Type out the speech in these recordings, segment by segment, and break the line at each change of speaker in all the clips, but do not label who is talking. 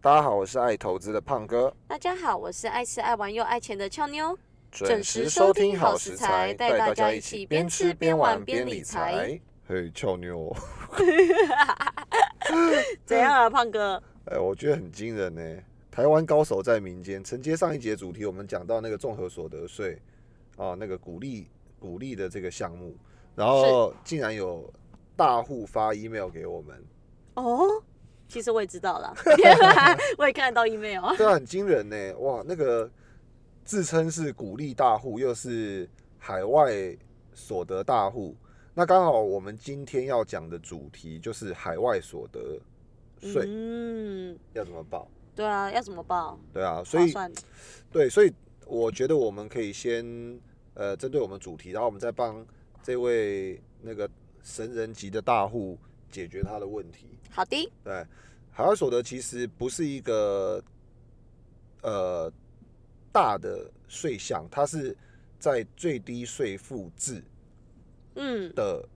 大家好，我是爱投资的胖哥，
大家好，我是爱吃爱玩又爱钱的俏妞。
准
时收听好食材带大家一起边吃边玩边理财。
嘿，俏妞，
怎样啊，胖哥？
哎，我觉得很惊人呢、台湾高手在民间。承接上一节主题，我们讲到那个综合所得税啊，那个鼓励鼓励的这个项目，然后竟然有大户发 email 给我们，
哦，其实我也知道 了，我也看得到 email。
对啊，很惊人呢、哇，那个自称是鼓励大户，又是海外所得大户。那刚好我们今天要讲的主题就是海外所得税、
嗯，
要怎么报，
对啊，要怎么报？
对啊，所
划
以
算。
对，所以我觉得我们可以先呃针对我们主题，然后我们再帮这位那个神人级的大户解决他的问题。
好的，
对，海外所得其实不是一个呃大的税项，它是在最低税负制
嗯，
的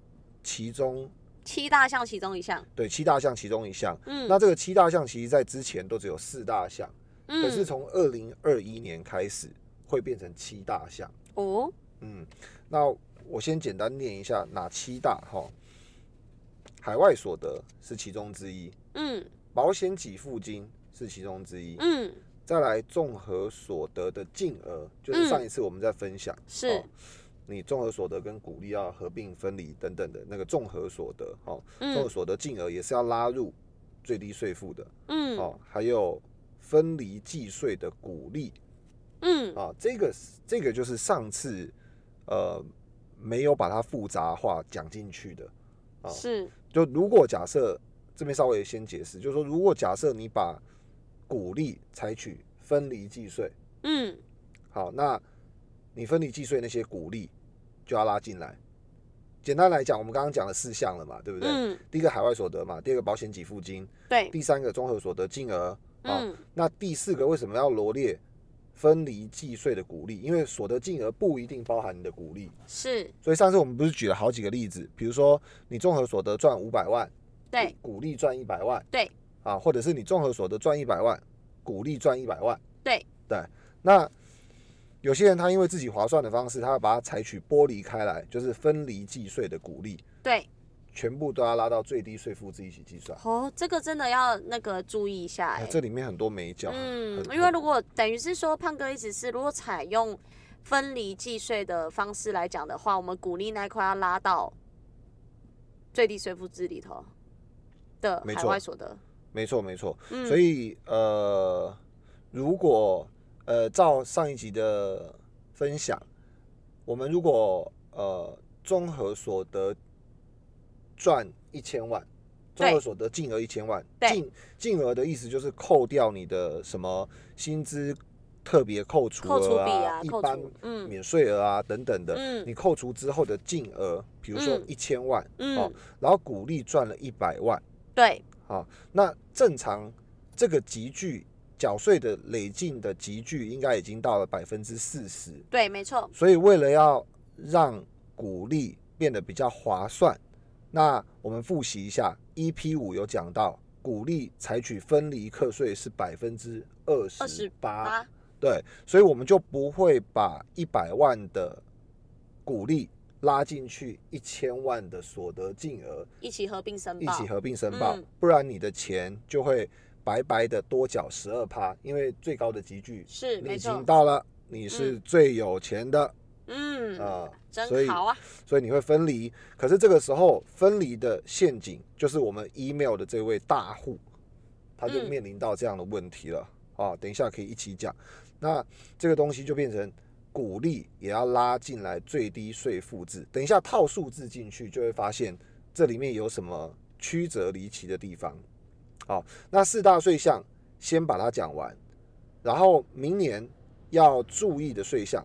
其中
七大项其中一项。
对七大项其中一项。
嗯，
那这个七大项其实在之前都只有四大项，
嗯
可是从二零二一年开始会变成七大项。
哦，
嗯，那我先简单念一下哪七大哈，海外所得是其中之一，
嗯
保险给付金是其中之一，
嗯，
再来综合所得的净额，就是上一次我们在分享，
嗯是
哦你综合所得跟股利要合并分离等等的那个综合所得，哦，综合
嗯
所得净额也是要拉入最低税负的，
嗯
哦，还有分离计税的股利
嗯，
啊，这个是这个就是上次呃没有把它复杂化讲进去的，哦
是，
就如果假设这边稍微先解释，就是说如果假设你把股利采取分离计税，
嗯
好，那你分离计税那些股利就要拉进来。简单来讲，我们刚刚讲了四项了嘛，对不对？
嗯，
第一个海外所得嘛，第二个保险给付金，
对，
第三个综合所得金额啊、
嗯
那第四个为什么要罗列分离计税的股利？因为所得金额不一定包含你的股利，
是，
所以上次我们不是举了好几个例子，比如说你综合所得赚五百万，
对，
股利赚一百万，
对，
啊，或者是你综合所得赚一百万，股利赚一百万，
对，
对。那有些人他因为自己划算的方式，他要把它采取剥离开来，就是分离计税的股利，
对。
全部都要拉到最低税负制一起计算。
哦，这个真的要那个注意一下、
哎
欸，
这里面很多美角，啊
嗯，
很
因为如果等于是说胖哥意思是，如果采用分离计税的方式来讲的话，我们鼓励那一块要拉到最低税负制里头的
没
海
错
外所得。
没错没错。
嗯，
所以呃，如果呃照上一集的分享，我们如果呃综合所得赚一千万，
对
综合所得净额一千万，
对
净净额的意思就是扣掉你的什么薪资特别扣除
扣除
额
比
啊、
啊，
一
扣
般
除，嗯
免税额啊等等的，
嗯
你扣除之后的净额，比如说
嗯
一千万，哦
嗯，，
然后股利赚了一百万。
对，
好，那正常这个集聚缴税的累进的集聚应该已经到了百分之四十，
对，没错，
所以为了要让股利变得比较划算，那我们复习一下，EP 五有讲到股利采取分离课税是百分之二十八，
啊，
对，所以我们就不会把一百万的股利拉进去一千万的所得净额，
一起合并申
一
报，
起合并申报，
嗯
不然你的钱就会白白的多缴十二趴，因为最高的集聚
是
你
没
已经
错，
到了，你是最有钱的
嗯，
啊、所
真
以
好啊，
所以你会分离。可是这个时候分离的陷阱就是我们 email 的这位大户，他就
嗯
面临到这样的问题了、啊。等一下可以一起讲。那这个东西就变成股利也要拉进来最低税负制。等一下套数字进去，就会发现这里面有什么曲折离奇的地方。好，那四大税项先把它讲完，然后明年要注意的税项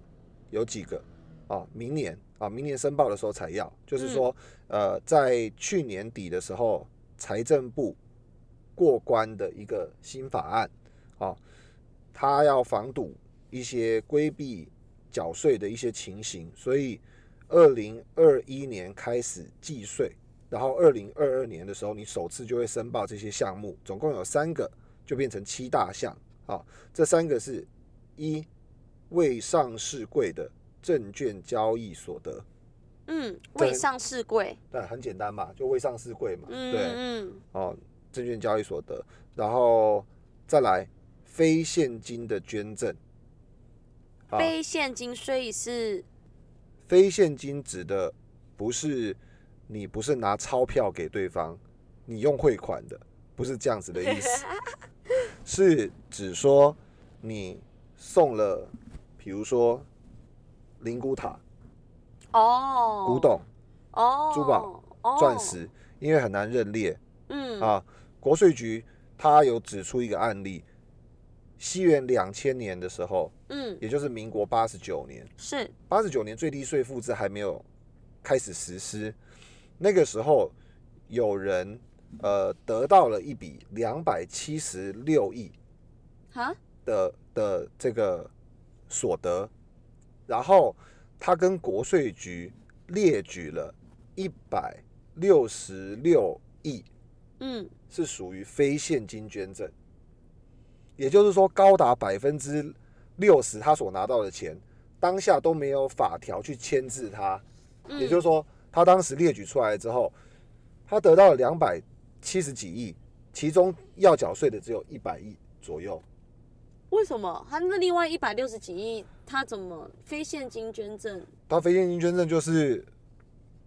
有几个啊？明年啊，明年申报的时候才要，就是说，呃，在去年底的时候，财政部过关的一个新法案，啊，它要防堵一些规避缴税的一些情形，所以二零二一年开始计税，然后二零二二年的时候，你首次就会申报这些项目，总共有三个就变成七大项。好，这三个是一未上市柜的证券交易所得，
嗯，
对
未上市柜，
那很简单嘛，就未上市柜嘛，
嗯
对，
嗯
哦，证券交易所得，然后再来非现金的捐赠，
嗯，
啊，
非现金，所以是
非现金指的不是你不是拿钞票给对方，你用汇款的，不是这样子的意思，是指说你送了，比如说灵骨塔、
哦，
古董、
哦，
珠宝、钻，石，因为很难认列
嗯，
啊。国税局它有指出一个案例，西元两千年的时候，
嗯，
也就是民国八十九年，
是，
八十九年最低税负制还没有开始实施，那个时候有人呃得到了一笔两百七十六亿
哈，
的的这个所得，然后他跟国税局列举了一百六十六亿
嗯，
是属于非现金捐赠，也就是说高达百分之六十他所拿到的钱，当下都没有法条去牵制他，
嗯
也就是说他当时列举出来之后，他得到了两百七十几亿，其中要缴税的只有一百亿左右。
为什么他那另外一百六十几亿，他怎么非现金捐赠？
他非现金捐赠就是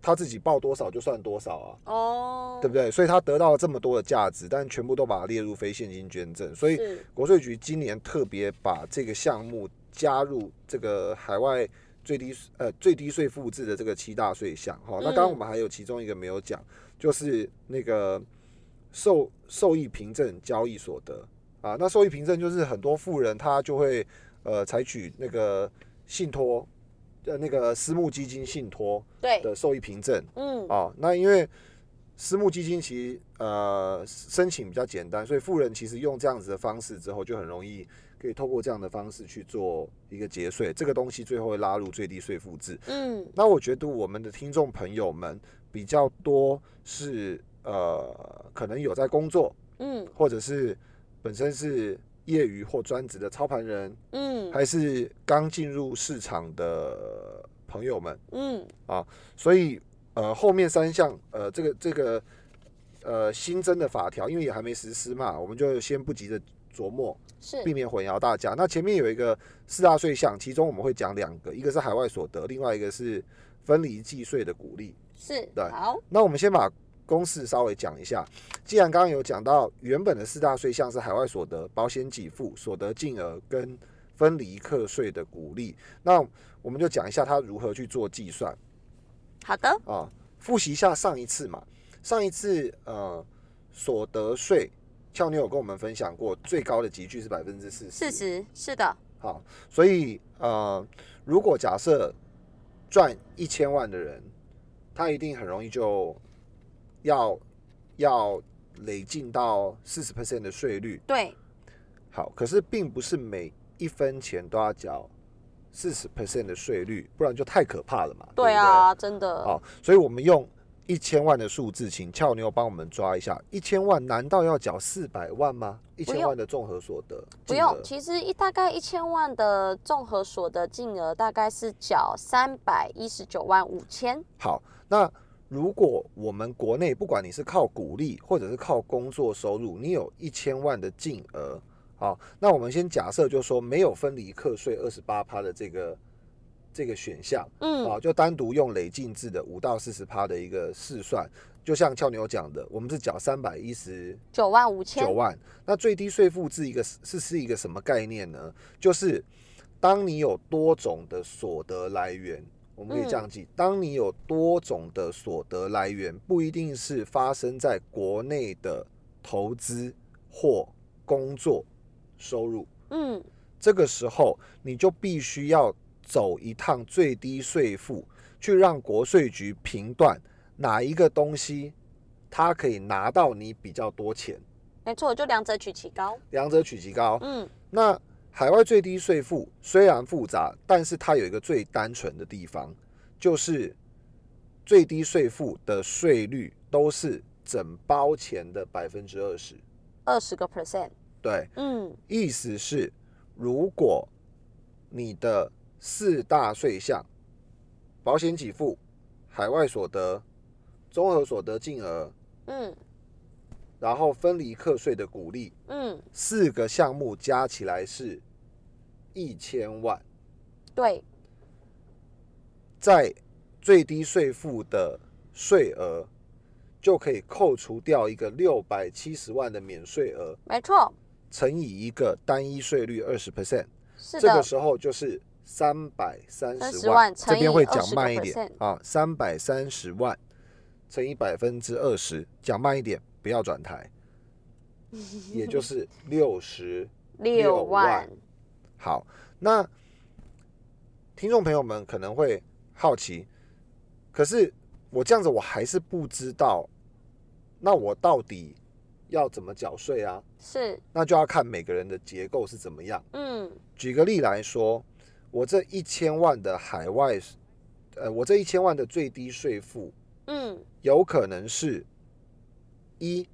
他自己报多少就算多少啊，
哦，
对不对？所以他得到了这么多的价值，但全部都把它列入非现金捐赠，所以
是
国税局今年特别把这个项目加入这个海外最低呃最低税负制的这个七大税项哈。
嗯
那刚刚我们还有其中一个没有讲，就是那个受受益凭证交易所得啊。那受益凭证就是很多富人他就会呃采取那个信托呃那个私募基金信托
对，
的受益凭证
嗯，
啊。那因为私募基金其实呃申请比较简单，所以富人其实用这样子的方式之后，就很容易可以透过这样的方式去做一个节税。这个东西最后会拉入最低税负制。
嗯，
那我觉得我们的听众朋友们比较多是呃可能有在工作，
嗯，
或者是本身是业余或专职的操盘人，
嗯，
还是刚进入市场的朋友们。
嗯，
所以呃，后面三项呃，这个这个呃新增的法条，因为也还没实施嘛，我们就先不急着琢磨，
是，
避免混淆大家。那前面有一个四大税项，其中我们会讲两个，一个是海外所得，另外一个是分离计税的鼓励。
是，
对
好，
那我们先把公式稍微讲一下。既然刚刚有讲到，原本的四大税项是海外所得、保险给付、所得净额跟分离课税的鼓励，那我们就讲一下它如何去做计算。
好的，
啊，复习一下上一次嘛。上一次呃，所得税，俏妞有跟我们分享过，最高的集聚是百分之四
事。实是的，
好，所以呃，如果假设赚一千万的人，他一定很容易就要要累进到四十 percent 的税率。
对，
好，可是并不是每一分钱都要缴四十 percent 的税率，不然就太可怕了嘛。对不对
对啊，真的，
好，所以我们用一千万的数字，请俏妞帮我们抓一下。一千万难道要缴四百万吗？一千万的综合所得
不
金额
用，其实一大概一千万的综合所得净额大概是缴三百一十九万五千，
好，那如果我们国内不管你是靠股利或者是靠工作收入，你有一千万的净额，好，那我们先假设就说没有分离课税二十八趴的这个这个选项。
嗯，
啊，就单独用累进制的五到四十趴的一个试算，就像俏妞讲的，我们是缴三百一十
九万五千
九，万。那最低税负制一个是是一个什么概念呢？就是当你有多种的所得来源，我们可以这样记：当你有多种的所得来源，不一定是发生在国内的投资或工作收入，
嗯，
这个时候你就必须要走一趟最低税负，去让国税局评断哪一个东西它可以拿到你比较多钱。
没错，就两者取其高，
两者取其高。
嗯，
那海外最低税负虽然复杂，但是它有一个最单纯的地方，就是最低税负的税率都是整包钱的百分之二十。
二十个 percent，
对，
嗯，
意思是，如果你的四大税项——保险给付、海外所得、综合所得净额，
嗯
然后分离课税的鼓励，
嗯，
四个项目加起来是一千万，
对，
在最低税负的税额就可以扣除掉一个六百七十万的免税额，
没错，
乘以一个单一税率二十 percent。
是
这
的
个，时候就是三百三
30
十
万乘
这
以
边会讲慢一
20%
点啊，三百三十万乘以百分之二十，讲慢一点，不要转 台，也就是六十
六
万。好，那听众朋友们可能会好奇，可是我这样子我还是不知道，那我到底要怎么缴税啊？
是，
那就要看每个人的结构是怎么样。
嗯
举个例来说，我这一千万的海外，呃，我这一千万的最低税负
嗯，
有可能是一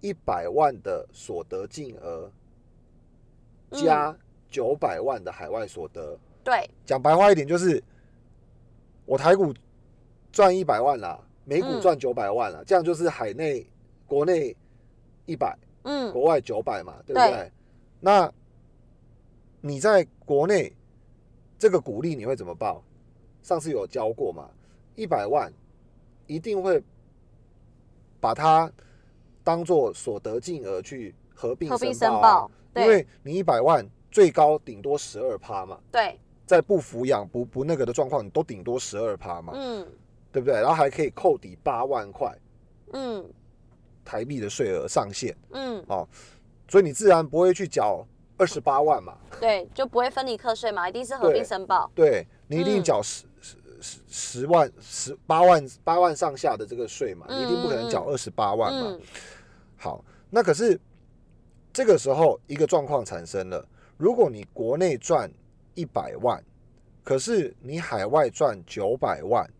一百万的所得净额
嗯
加九百万的海外所得。
对，
讲白话一点，就是我台股赚一百万啦，美股
嗯
赚九百万啦，这样就是海内国内一百，
嗯
国外九百嘛，对不
对
对？那你在国内这个股利你会怎么报？上次有教过嘛？一百万一定会把它当做所得净额去合并
合并
申
申
报
报
啊、，因
对
为你一百万最高顶多十二趴嘛，
对，
在不抚养不不那个的状况，你都顶多十二趴嘛，
嗯
对不对？然后还可以扣抵八万块
嗯
台币的税额上限，
嗯，
所以你自然不会去缴二十八万嘛。
对，就不会分离课税嘛，一定是合
对
并申报。
对你一定
嗯
缴十十十十万十八万八万上下的这个税嘛，
嗯
你一定不可能缴二十八万嘛。
嗯，
好，那可是这个时候一个状况产生了，如果你国内赚一百万，可是你海外赚九百万，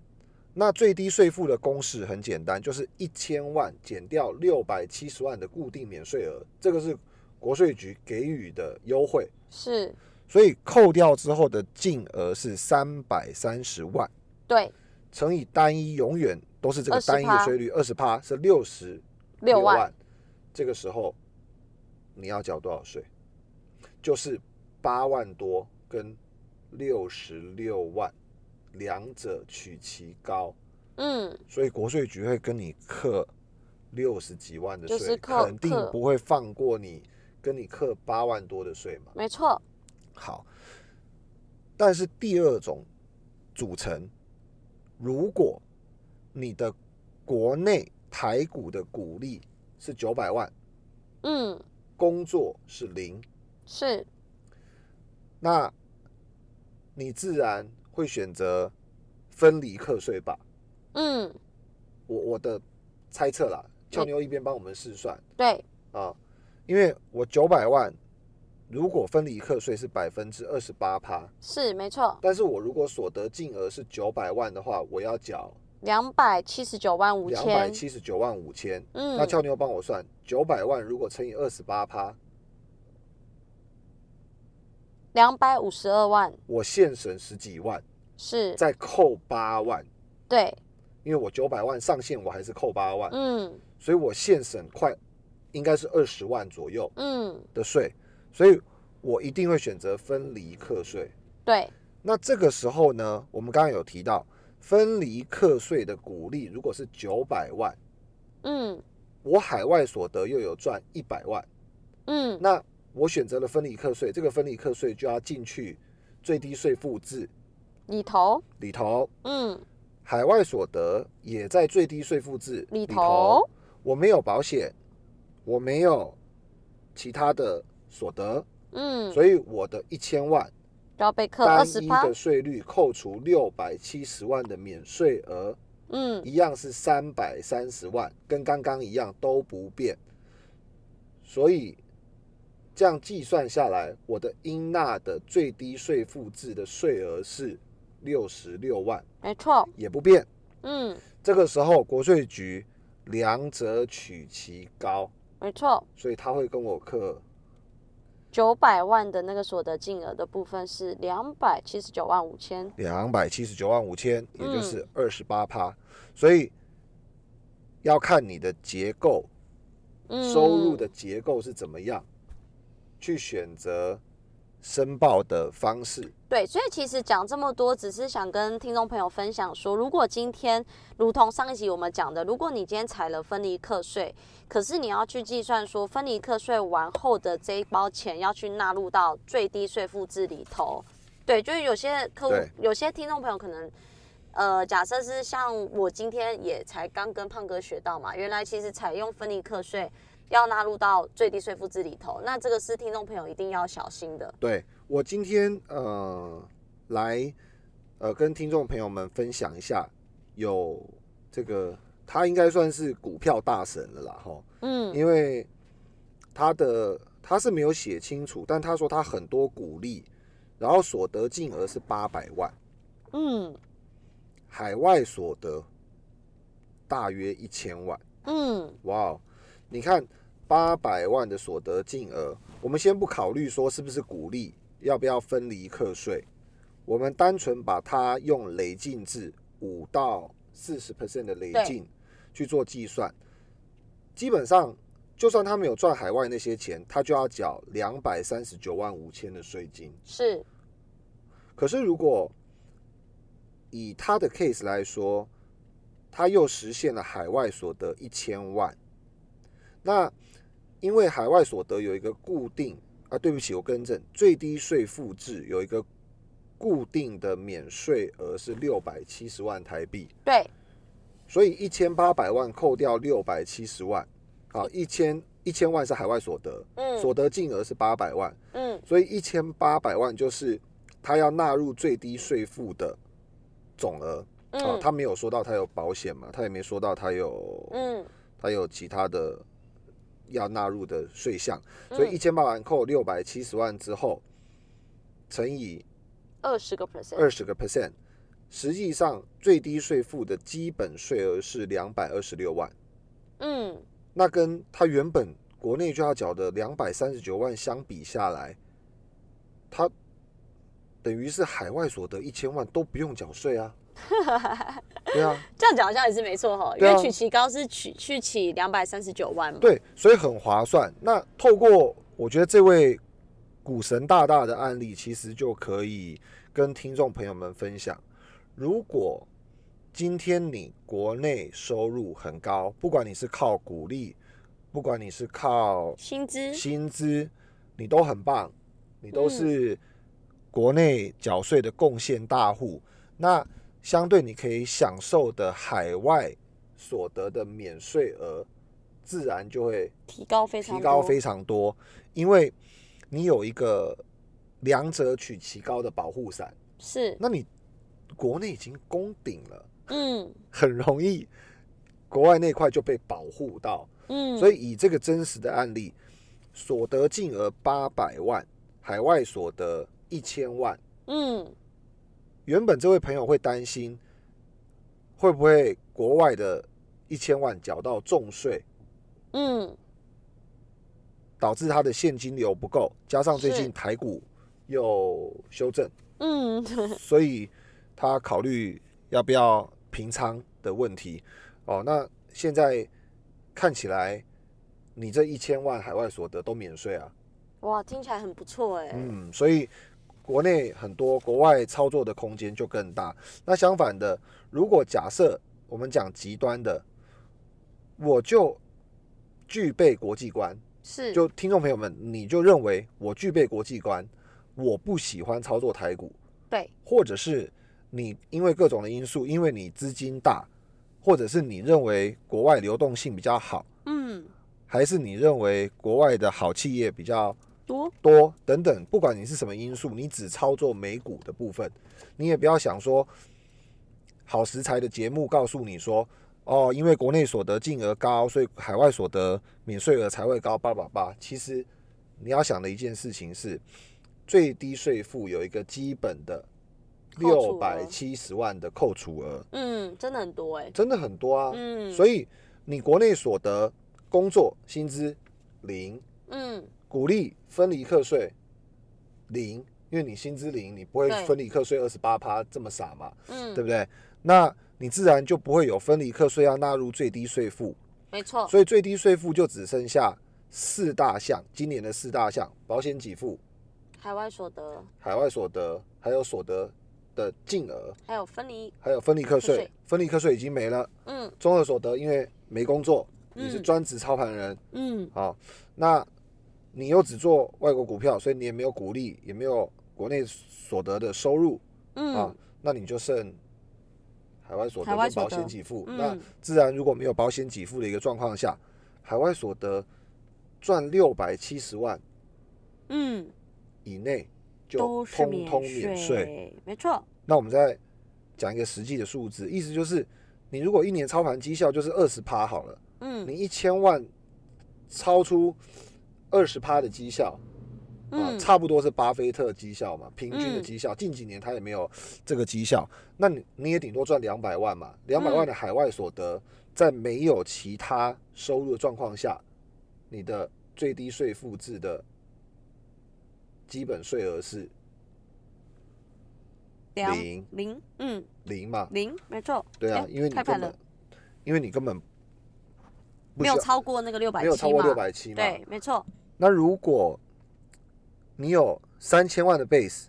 那最低税负的公式很简单，就是一千万减掉六百七十万的固定免税额，这个是国税局给予的优惠。
是，
所以扣掉之后的净额是三百三十万，
对，
乘以单一永远都是这个单一的
20%
税率二十趴是六十
六万，
这个时候你要缴多少税？就是八万多跟六十六万，两者取其高，
嗯，
所以国税局会跟你课六十几万的税，
就是扣
肯定
课
不会放过你，跟你课八万多的税嘛。
没错，
好，但是第二种组成，如果你的国内台股的股利是九百万，
嗯，
工作是零，
是，
那你自然会选择分离课税吧。
嗯，
我我的猜测啦，俏
没
妞一边帮我们试算
对，
啊，因为我九百万如果分离课税是百分之二十八趴，
是没错，
但是我如果所得净额是九百万的话，我要缴
两百七十九万五
两百
千，
七十九万五千。
嗯
那，俏妞帮我算，九百万如果乘以二十八趴，
两百五十二万，
我现省十几万，
是，
再扣八万，
对，
因为我九百万上限我还是扣八万，
嗯
所以我现省快应该是二十万左右
嗯，
的税，所以我一定会选择分离课税。
对，
那这个时候呢，我们刚刚有提到分离课税的股利，如果是九百万，
嗯
我海外所得又有赚一百万。
嗯，
那我选择了分离课税，这个分离课税就要进去最低税负制
里头，
里头，
嗯，
海外所得也在最低税负制里
里
头。
头，
我没有保险，我没有其他的所得，
嗯，
所以我的一千万
就要被课二
单
十
一
趴
的，税率扣除六百七十万的免税额，
嗯，
一样是三百三十万，跟刚刚一样都不变。所以这样计算下来，我的应纳的最低税负制的税额是六十六万，
没错，
也不变。
嗯，
这个时候，国税局两者取其高，
没错，
所以他会跟我课
九百万的那个所得净额的部分是两百七十九万五千，
两百七十九万五千，也就是二十八趴。所以要看你的结构，
嗯，
收入的结构是怎么样，去选择申报的方式。
对，所以其实讲这么多，只是想跟听众朋友分享说，如果今天如同上一集我们讲的，如果你今天采了分离课税，可是你要去计算说分离课税完后的这一包钱要去纳入到最低税负制里头。对，就是有些客户
对，
有些听众朋友可能，呃，假设是像我今天也才刚跟胖哥学到嘛，原来其实采用分离课税要纳入到最低税负制里头，那这个是听众朋友一定要小心的。
对我今天呃来呃跟听众朋友们分享一下，有这个他应该算是股票大神了啦哈，
嗯，
因为他的他是没有写清楚，但他说他很多股利，然后所得净额是八百万，
嗯
海外所得大约一千万。
嗯，
哇哦，你看八百万的所得净额，我们先不考虑说是不是鼓励，要不要分离课税，我们单纯把它用累进制五到四十 percent 的累进去做计算，基本上就算他没有赚海外那些钱，他就要缴两百三十九万五千的税金。
是，
可是如果以他的 case 来说，他又实现了海外所得一千万，那因为海外所得有一个固定啊，对不起，我更正，最低税负制有一个固定的免税额是六百七十万台币，
对，
所以一千八百万扣掉六百七十万，好，一千一千万是海外所得，
嗯
所得净额是八百万，
嗯，
所以一千八百万就是他要纳入最低税负的总额。
嗯
啊，他没有说到他有保险嘛，他也没说到他有，
嗯，
他有其他的要纳入的税项，所以
嗯
一千八百万扣六百七十万之后，乘以
二十个 percent，
二十个 percent，实际上最低税负的基本税额是两百二十六万，
嗯，
那跟他原本国内就要缴的两百三十九万相比下来，他等于是海外所得一千万都不用缴税啊。对啊，
这样讲好像也是没错哈，因
对啊
为取其高是取去起两百三十九万嘛，
对，所以很划算。那透过我觉得这位股神大大的案例，其实就可以跟听众朋友们分享：如果今天你国内收入很高，不管你是靠股利，不管你是靠
薪资，
薪资，你都很棒，你都
嗯
是国内缴税的贡献大户。那相对你可以享受的海外所得的免税额，自然就会
提高非常
提
多，
高非常多，因为你有一个两者取其高的保护伞。
是，
那你国内已经攻顶了，
嗯
很容易国外那块就被保护到。
嗯，
所
以
以以这个真实的案例，所得净额八百万，海外所得一千万。
嗯
原本这位朋友会担心，会不会国外的一千万缴到重税，
嗯
导致他的现金流不够，加上最
是
近台股又修正，
嗯，
所以他考虑要不要平仓的问题。哦，那现在看起来，你这一千万海外所得都免税啊。
哇，听起来很不错哎，
嗯，所以国内很多，国外操作的空间就更大。那相反的，如果假设我们讲极端的，我就具备国际观，
是，
就听众朋友们，你就认为我具备国际观，我不喜欢操作台股，
对，
或者是你因为各种的因素，因为你资金大，或者是你认为国外流动性比较好，
嗯，
还是你认为国外的好企业比较
多，
多等等，不管你是什么因素，你只操作美股的部分，你也不要想说好食材的节目告诉你说哦，因为国内所得净额高，所以海外所得免税额才会高，叭叭叭。其实你要想的一件事情是，最低税负有一个基本的
扣
六
除
百
额
七十万的扣除额，
嗯，真的很多哎，
真的很多啊。
嗯，
所以你国内所得、工作、薪资零，
嗯，
鼓励分离课税零，因为你薪资零，你不会
对
分离课税二十八趴这么傻嘛，
嗯
对不对？那你自然就不会有分离课税要纳入最低税负，
没错，
所以最低税负就只剩下四大项，今年的四大项：保险给付、
海外所得
海外所得，还有所得的净额，
还有分离，
还有分离课
课
税
税。
分离课税已经没了，
嗯
综合所得因为没工作，你是
嗯
专职操盘人，
嗯，
好，那你又只做外国股票，所以你也没有股利，也没有国内所得的收入啊
嗯，，
那你就剩海外所得
海外
跟
所
保
得
险给付。
嗯
那自然如果没有保险给付的一个状况下，海外所得赚六百七十万
嗯，
以内就
都是
通通免税。
税，没错，
那我们再讲一个实际的数字，意思就是你如果一年操盘绩效就是二十趴好了，
嗯
你一千万超出二十趴的绩效。啊，
嗯，
差不多是巴菲特绩效嘛，平均的
嗯
绩效，近几年他也没有这个绩效，那你你也顶多赚两百万嘛，两
嗯
百万的海外所得，在没有其他收入的状况下，你的最低税负制的基本税额是
两
零
零，嗯，
零嘛？
零，没错，
对啊
诶，
因为你
太
根
盘
本
了，
因为你根本不
没
需要
有超过那个六百，
没有超过六，百七嘛，
对，没错，
那如果你有三千万的 base，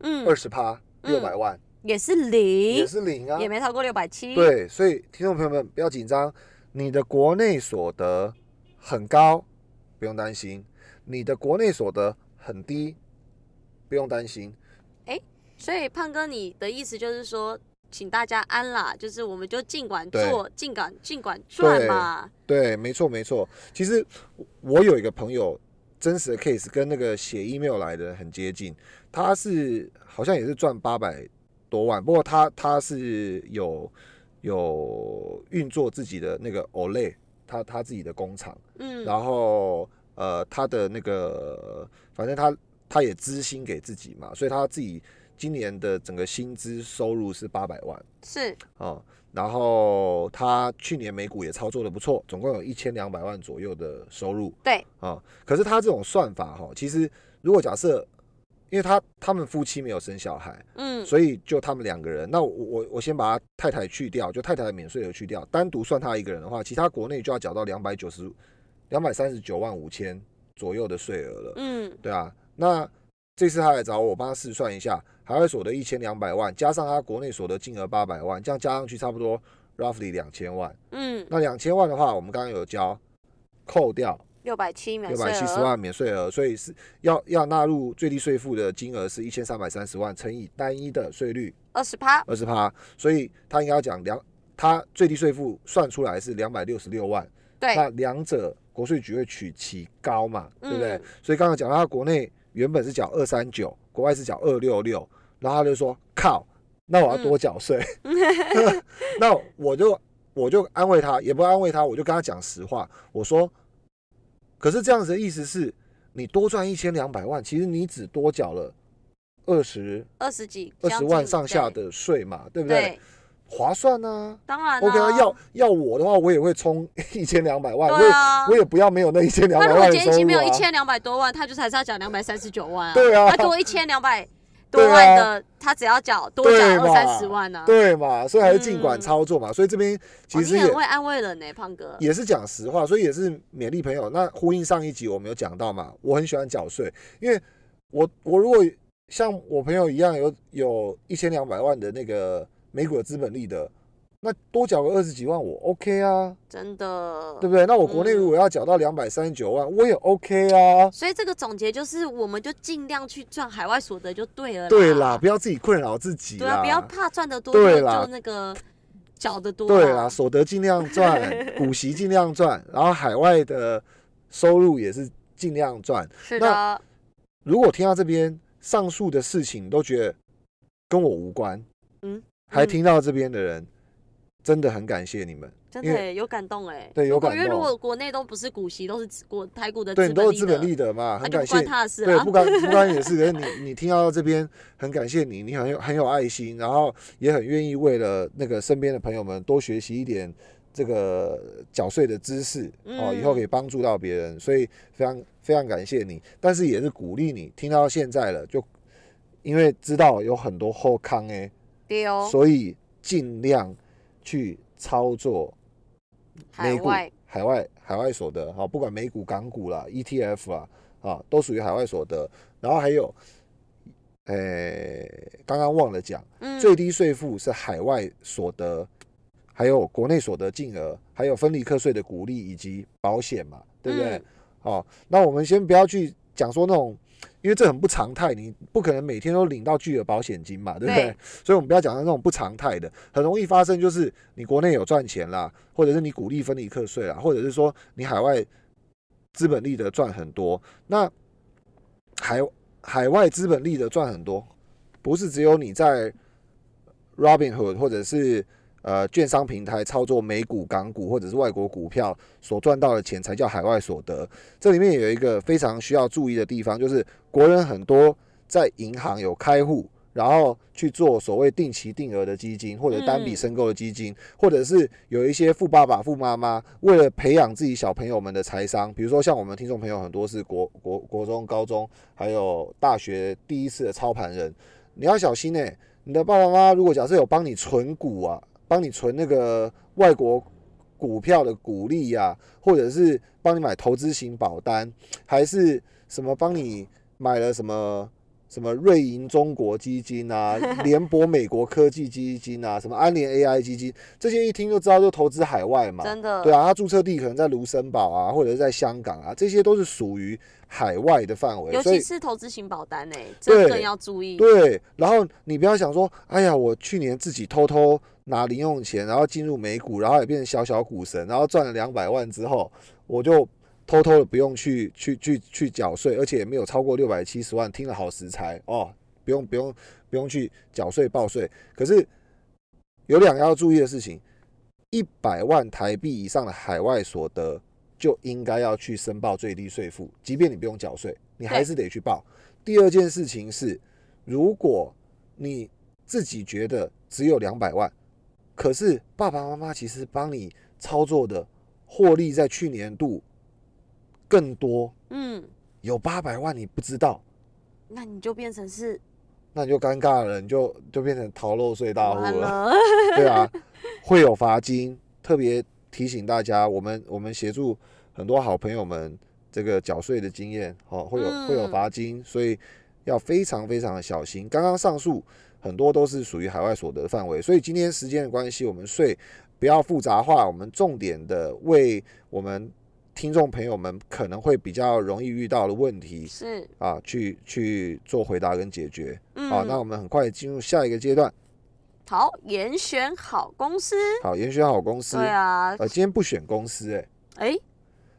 嗯
二，十趴六百万、
也是零，
也是零啊，
也没超过六百七，，
对，所以听众朋友们不要紧张，你的国内所得很高，不用担心；你的国内所得很低，不用担心。
所以胖哥，你的意思就是说，请大家安啦，就是我们就尽管
对
做，尽管尽管赚
对
嘛，
对，没错没错。其实我我有一个朋友，真实的 case 跟那个写 email 来的人很接近，他是好像也是赚八百多万，不过他他是有有运作自己的那个 Olay，他他自己的工厂。
嗯，
然后呃，他的那个，反正他他也支薪给自己嘛，所以他自己今年的整个薪资收入是八百万
是，
啊、然后他去年美股也操作的不错，总共有一千两百万左右的收入
对，
啊、可是他这种算法哈、其实如果假设，因为他他们夫妻没有生小孩，
嗯，
所以就他们两个人，那我我我先把他太太去掉，就太太的免税额去掉，单独算他一个人的话，其他国内就要缴到两百九十两百三十九万五千左右的税额了，
嗯，
对啊。那这次他来找我，我帮他试算一下，海外所得一千两百万，加上他国内所得金额八百万，这样加上去差不多 roughly 两千万。
嗯，
那两千万的话，我们刚刚有交扣掉
六百七免
六
税
百七十
额，
万免税额，所以是要要纳入最低税负的金额是一千三百三十万乘以单一的税率。
二十趴，
二十趴，所以他应该要讲两，他最低税负算出来是两百六十六万，
对，
那两者国税局会取其高嘛，对不对？
嗯
所以刚刚讲到他国内原本是缴二三九，国外是缴二六六，然后他就说靠，那我要多缴税，
嗯
那我就我就安慰他，也不安慰他，我就跟他讲实话，我说，可是这样子的意思是你多赚一千两百万，其实你只多缴了二十
二十几，
二
将
十
近
万上下，
对
的税嘛，对不对？
对，
划算啊。
当然
OK 啊，
啦
要要我的话，我也会充 一千两百哦万，我
对
也
啊
我也不要没有那一千两
那
百
如果
万的
今天已
收
经
入
没有一
啊。
千两百多万，他就是还是要缴两百三十九万啊。
对啊
他多一千两百多万的，他只要缴多缴
对
二
嘛
三十万呢、啊。
对嘛，所以还是尽管
嗯
操作嘛。所以这边
哦
其实
你
也
很会安慰人呢、胖哥。
也是讲实话，所以也是勉励朋友。那呼应上一集我们有讲到嘛，我很喜欢缴税，因为我我如果像我朋友一样有有一千两百万的那个美股的资本利得，那多缴个二十几万我 OK 啊。
真的。
对不对？那我国内
嗯
如果要缴到两百三十九万，我也 OK 啊。
所以这个总结就是，我们就尽量去赚海外所得就对了。
对啦，，不要自己困扰自己
对啊，
啦。
不要怕赚得多，
对
就
啦
就那个缴得多。啊
对啦，，所得尽量赚，股息尽量赚，然后海外的收入也是尽量赚。
是
那
的，
如果听到这边上述的事情都觉得跟我无关，
嗯，
还
嗯
听到这边的人，真的很感谢你们。
真
因
的
为
耶有感动哎。
对有
如果
感
因为如
动
果国内都不是股息，都是国台股的
对，你都是
呃利
资本利
得，
得嘛，
那
很
就
感
不
谢
关。他的事
对，
了啊
不。关不关你的事。可是你你听到这边，很感谢你，你很有很有爱心，然后也很愿意为了那个身边的朋友们多学习一点这个缴税的知识哦，
嗯
以后可以帮助到别人，所以非常非常感谢你，但是也是鼓励你，听到现在了，就因为知道有很多后康哎，
对哦，
所以尽量去操作
海
美股、
外
海外、海外所得啊，不管美股、港股啦、ETF 啦啊，都属于海外所得。然后还有，呃、刚刚忘了讲，
嗯
最低税负是海外所得，还有国内所得净额，还有分离课税的鼓励以及保险嘛，对不对？
嗯
哦，那我们先不要去讲说那种，因为这很不常态，你不可能每天都领到巨额保险金嘛，对不对？
对
所以我们不要讲到那种不常态的，很容易发生就是你国内有赚钱啦，或者是你鼓励分离课税啦，或者是说你海外资本利得赚很多，那海海外资本利得赚很多，不是只有你在 Robinhood 或者是呃券商平台操作美股、港股或者是外国股票所赚到的钱才叫海外所得。这里面有一个非常需要注意的地方，就是国人很多在银行有开户，然后去做所谓定期定额的基金或者单笔
嗯
申购的基金，或者是有一些富爸爸、富妈妈为了培养自己小朋友们的财商，比如说像我们听众朋友很多是国国国中、高中还有大学第一次的操盘人，你要小心哎、你的爸爸妈妈如果假设有帮你存股啊，帮你存那个外国股票的股利呀、或者是帮你买投资型保单，还是什么帮你买了什么什么瑞银中国基金 啊、联博美国科技基金啊、什么安联 AI 基金，这些一听就知道就投资海外嘛。
真的
对啊，它注册地可能在卢森堡啊，或者是在香港啊，这些都是属于海外的范围，
尤
所以
其是投资型保单哎、这更
对
要注意。
对，然后你不要想说，哎呀，我去年自己偷偷拿零用钱，然后进入美股，然后也变成小小股神，然后赚了两百万之后，我就偷偷的不用去去去去缴税，而且也没有超过六百七十万，听了好食材哦，不用不用不用去缴税报税。可是有两个要注意的事情，一百万台币以上的海外所得就应该要去申报最低税负，即便你不用缴税，你还
对
是得去报。第二件事情是，如果你自己觉得只有两百万，可是爸爸妈妈其实帮你操作的获利在去年度更多，
嗯，
有八百万你不知道，
那你就变成是
那你就尴尬了，你就就变成逃漏税大户
完
了。
了，
对啊，会有罚金。特别提醒大家，我们我们协助很多好朋友们这个缴税的经验，哦，会有、会有
嗯
罚金，所以要非常非常的小心。刚刚上述很多都是属于海外所得范围，所以今天时间的关系，我们税不要复杂化，我们重点的为我们听众朋友们可能会比较容易遇到的问题
是
啊，去去做回答跟解决。
嗯，
好，那我们很快进入下一个阶段。
好严选好公司，
好，严选好公司。
对啊，
呃，今天不选公司、欸，哎、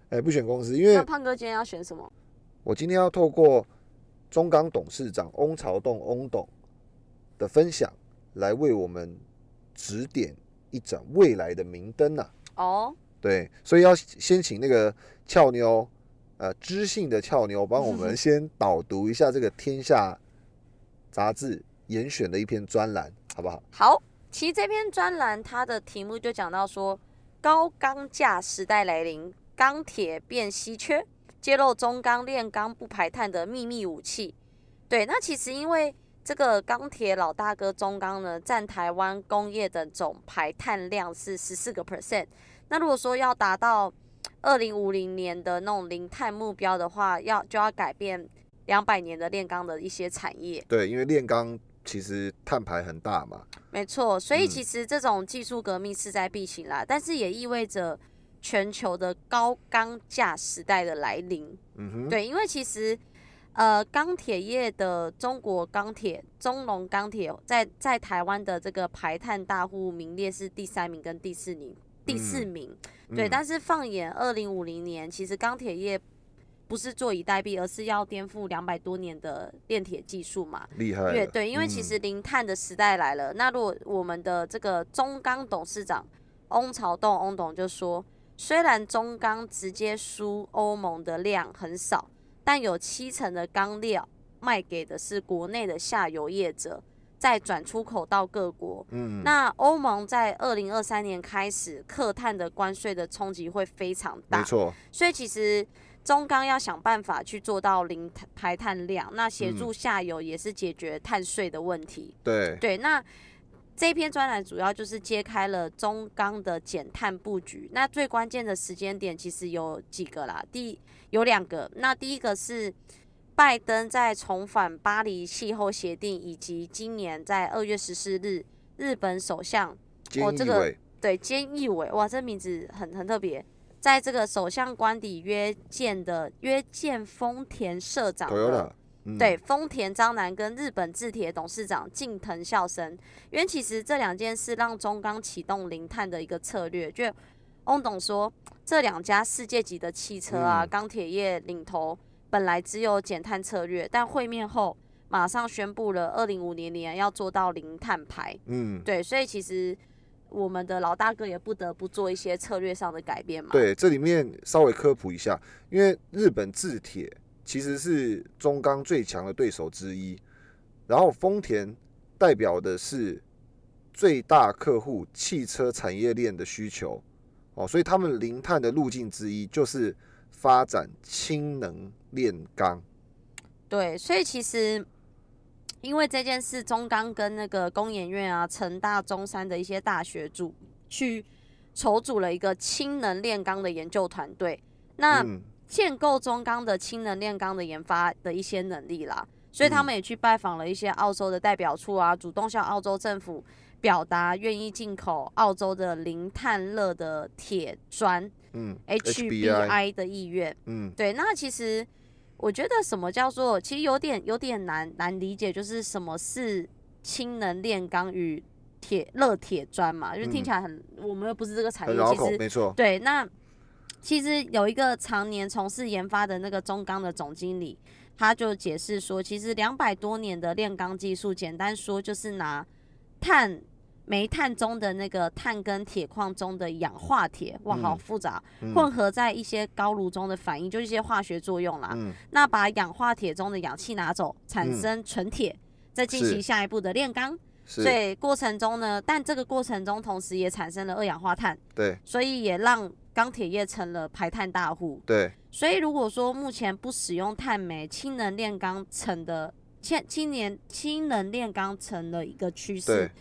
哎、
不选公司，因为
那胖哥今天要选什么？
我今天要透过中钢董事长翁朝栋翁董的分享，来为我们指点一盏未来的明灯呐、
哦，
对，所以要先请那个俏妞，呃，知性的俏妞帮我 们先导读一下这个《天下》杂志严选的一篇专栏，好不好？
好，其实这篇专栏它的题目就讲到说，高钢价时代来临，钢铁变稀缺，揭露中钢炼钢不排碳的秘密武器。对，那其实因为这个钢铁老大哥中钢呢，占台湾工业的总排碳量是十四个 percent。那如果说要达到二零五零年的那种零碳目标的话，要就要改变两百年的炼钢的一些产业。
对，因为炼钢其实碳排很大嘛，
没错，所以
嗯
其实这种技术革命势在必行啦，但是也意味着全球的高钢价时代的来临。
嗯哼，
对，因为其实呃钢铁业的中国钢铁、中龙钢铁哦在在台湾的这个排碳大户名列是第三名跟第四名，第四
嗯
名。对，
嗯
但是放眼二零五零年，其实钢铁业不是坐以待毙，而是要颠覆两百多年的炼铁技术嘛。
厉害了，
对对，因为其
嗯
实零碳的时代来了。那如果我们的这个中钢董事长翁朝栋翁董就说，虽然中钢直接输欧盟的量很少，但有七成的钢料卖给的是国内的下游业者，再转出口到各国。
嗯，
那欧盟在二零二三年开始，客碳的关税的冲击会非常大。
没错，
所以其实中钢要想办法去做到零碳排碳量，那协助下游也是解决碳税的问题。
对，
对，那这篇专栏主要就是揭开了中钢的减碳布局。那最关键的时间点其实有几个啦，第有两个。那第一个是拜登在重返巴黎气候协定，以及今年在二月十四日日本首相
菅
哦这
义
个
伟，
对，菅义伟，哇，这名字很很特别。在这个首相官邸约见的约见丰田社长
投
的
有了，嗯，
对，丰田章男跟日本制铁董事长近藤孝生，因为其实这两件事让中钢启动零碳的一个策略。就翁董说，这两家世界级的汽车啊，
嗯
钢铁业领头本来只有减碳策略，但会面后马上宣布了二零五零年要做到零碳排。
嗯，
对，所以其实我们的老大哥也不得不做一些策略上的改变嘛。
对，这里面稍微科普一下，因为日本制铁其实是中钢最强的对手之一，然后丰田代表的是最大客户汽车产业链的需求哦，所以他们零碳的路径之一就是发展氢能炼钢。
对，所以其实因为这件事，中钢跟那个工研院啊、成大、中山的一些大学组去筹组了一个氢能炼钢的研究团队，那
嗯，
建构中钢的氢能炼钢的研发的一些能力啦。所以他
嗯
们也去拜访了一些澳洲的代表处啊，主动向澳洲政府表达愿意进口澳洲的零碳热的铁砖
嗯 HBI
HBI 的意愿。
嗯，
对，那其实我觉得什么叫做，其实有点有点难难理解，就是什么是氢能炼钢与铁热铁砖嘛，就听起来很，我们又不是这个
嗯
产
很
业，
绕
其
口，
实
没错。
对。那其实有一个常年从事研发的那个中钢的总经理，他就解释说，其实两百多年的炼钢技术，简单说就是拿碳。煤炭中的那个碳跟铁矿中的氧化铁，哇，好
嗯
复杂哦
嗯
混合在一些高炉中的反应，就是一些化学作用啦。
嗯
那把氧化铁中的氧气拿走，产
嗯
生纯铁，再进行
是
下一步的炼钢。
是
所，以过程中呢，但这个过程中同时也产生了二氧化碳，
对
所以也让钢铁业成了排碳大户。
对，
所以如果说目前不使用碳煤，氢能炼钢成的氢氢年氢能炼钢成了一个趋势
对。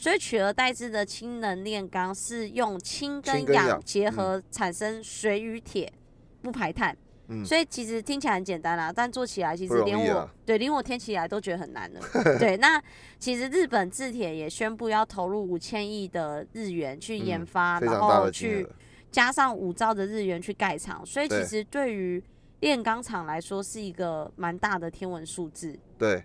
所以取而代之的氢能炼钢是用
氢
氢跟
跟
氧
氧
结
嗯
合产生水与铁，不排碳。
嗯
所以其实听起来很简单啦，但做起来其
不
实
容
连
易
我、
啊
对连我听起来都觉得很 难了。对，那其实日本制铁也宣布要投入五千亿的日元去研
嗯
发，
非
啊然
常大
后
的金
去
额。
加上五兆的日元去盖厂，所以其
对
实对于炼钢厂来说是一个蛮大的天文数字。
对，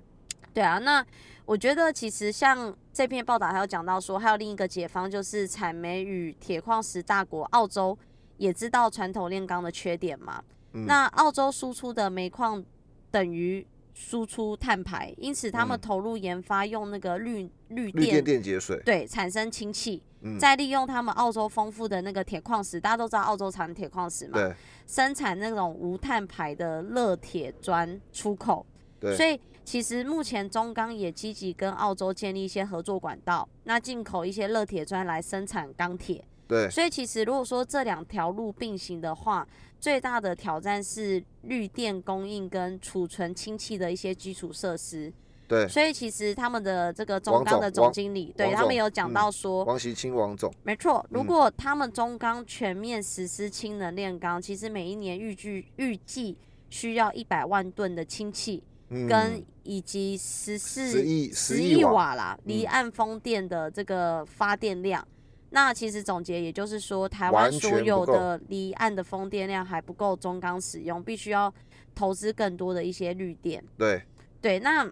对啊，那我觉得其实像这篇报道还有讲到说，还有另一个解方就是产煤与铁矿石大国澳洲也知道传统炼钢的缺点嘛。
嗯
那澳洲输出的煤矿等于输出碳排，因此他们
嗯
投入研发用那个绿
绿
绿电
电电解水，
对产生氢气，
嗯，
再利用他们澳洲丰富的那个铁矿石，大家都知道澳洲产铁矿石嘛，
对
生产那种无碳排的热铁砖出口。
对，
所以其实目前中钢也积极跟澳洲建立一些合作管道，那进口一些热铁砖来生产钢铁。
对，
所以其实如果说这两条路并行的话，最大的挑战是绿电供应跟储存氢气的一些基础设施。
对，
所以其实他们的这个中
王
钢
总
的总
王
经理，对
王
他们
总
有讲
嗯
到说，
王习清王总，
没错，如
嗯
果他们中钢全面实施氢能炼钢，其实每一年预计预计需要一百万吨的氢气，
嗯，
跟以及十
十
四
亿
十
亿
亿，瓦啦，离
嗯
岸风电的这个发电量。那其实总结，也就是说，台湾
完全
所
不
有
够
的离岸的风电量还不够中钢使用，必须要投资更多的一些绿电。
对
对，那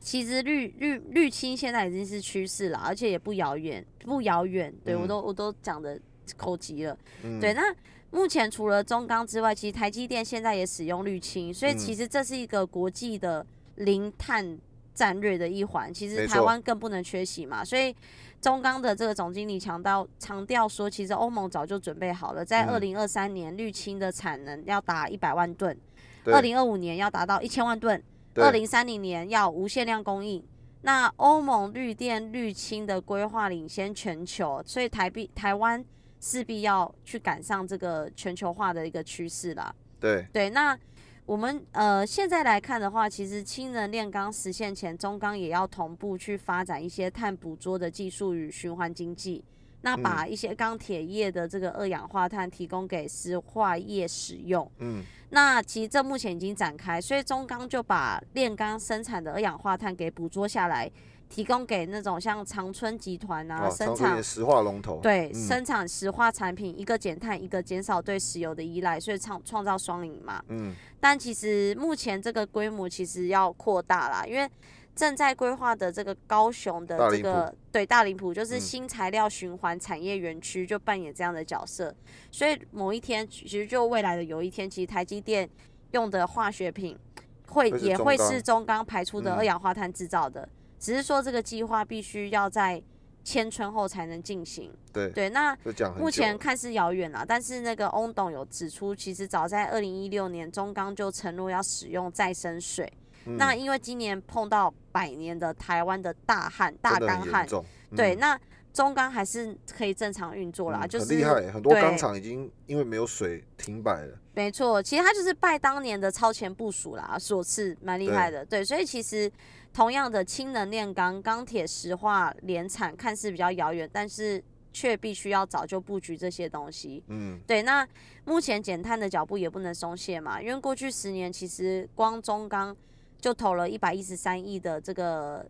其实绿绿绿氢现在已经是趋势了，而且也不遥远，不遥远。对、我
嗯
都我都讲的口急了。
嗯
对，那目前除了中钢之外，其实台积电现在也使用绿氢，所以
嗯
其实这是一个国际的零碳战略的一环。其实
没
台
错
湾更不能缺席嘛，所以中钢的这个总经理强调强调说，其实欧盟早就准备好了，在二
嗯
零二三年绿氢的产能要达一百万吨，
对
二零二五年要达到一千万吨，
对
二零三零年要无限量供应。那欧盟绿电绿氢的规划领先全球，所以台币台湾势必要去赶上这个全球化的一个趋势啦。
对，
对，那我们呃现在来看的话，其实氢能炼钢实现前，中钢也要同步去发展一些碳捕捉的技术与循环经济，那把一些钢铁业的这个二氧化碳提供给石化业使用。
嗯，
那其实这目前已经展开，所以中钢就把炼钢生产的二氧化碳给捕捉下来，提供给那种像长春集团啊、
哇，
生
哦长春
产
也石化龙头，
对，
嗯
生产石化产品，一个减碳，一个减少对石油的依赖，所以创创造双赢嘛。
嗯，
但其实目前这个规模其实要扩大啦，因为正在规划的这个高雄的
大
这
林
个对大林埔，就是
嗯
新材料循环产业园区就扮演这样的角色。所以某一天，其实就未来的有一天，其实台积电用的化学品会
会是
也
中
会
钢
是中钢排出的
嗯
二氧化碳制造的，只是说这个计划必须要在千春后才能进行。
对，
对，那
就讲很久
目前
了
看似遥远啦，但是那个翁董有指出，其实早在二零一六年，中钢就承诺要使用再生水。
嗯
那因为今年碰到百年的台湾的大旱、大
真的
干
很
旱
严，重，嗯
对，那中钢还是可以正常运作啦，
嗯
就
很厉
是
害，很多钢
对
厂已经因为没有水停摆了，
没错，其实它就是拜当年的超前部署啦所赐，蛮厉害的。对，所以其实同样的氢能炼钢、钢铁石化联产看似比较遥远，但是却必须要早就布局这些东西。
嗯，
对，那目前减碳的脚步也不能松懈嘛，因为过去十年其实光中钢就投了一百一十三亿的这个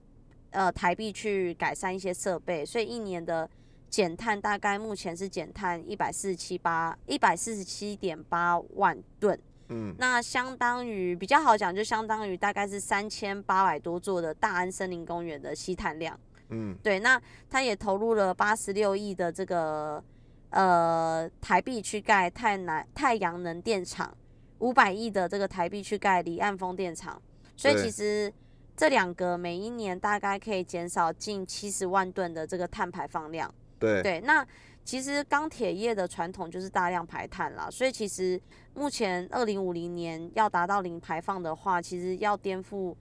呃台币去改善一些设备，所以一年的减碳大概目前是减碳一百四十七八一百四十七点八万吨，
嗯，
那相当于比较好讲，就相当于大概是三千八百多座的大安森林公园的吸碳量。
嗯，
对，那他也投入了八十六亿的这个呃台币去盖太南太阳能电厂，五百亿的这个台币去盖离岸风电场，所以
对
其实这两个每一年大概可以减少近七十万吨的这个碳排放量。
对，
对，那其实钢铁业的传统就是大量排碳啦，所以其实目前二零五零年要达到零排放的话，其实要颠覆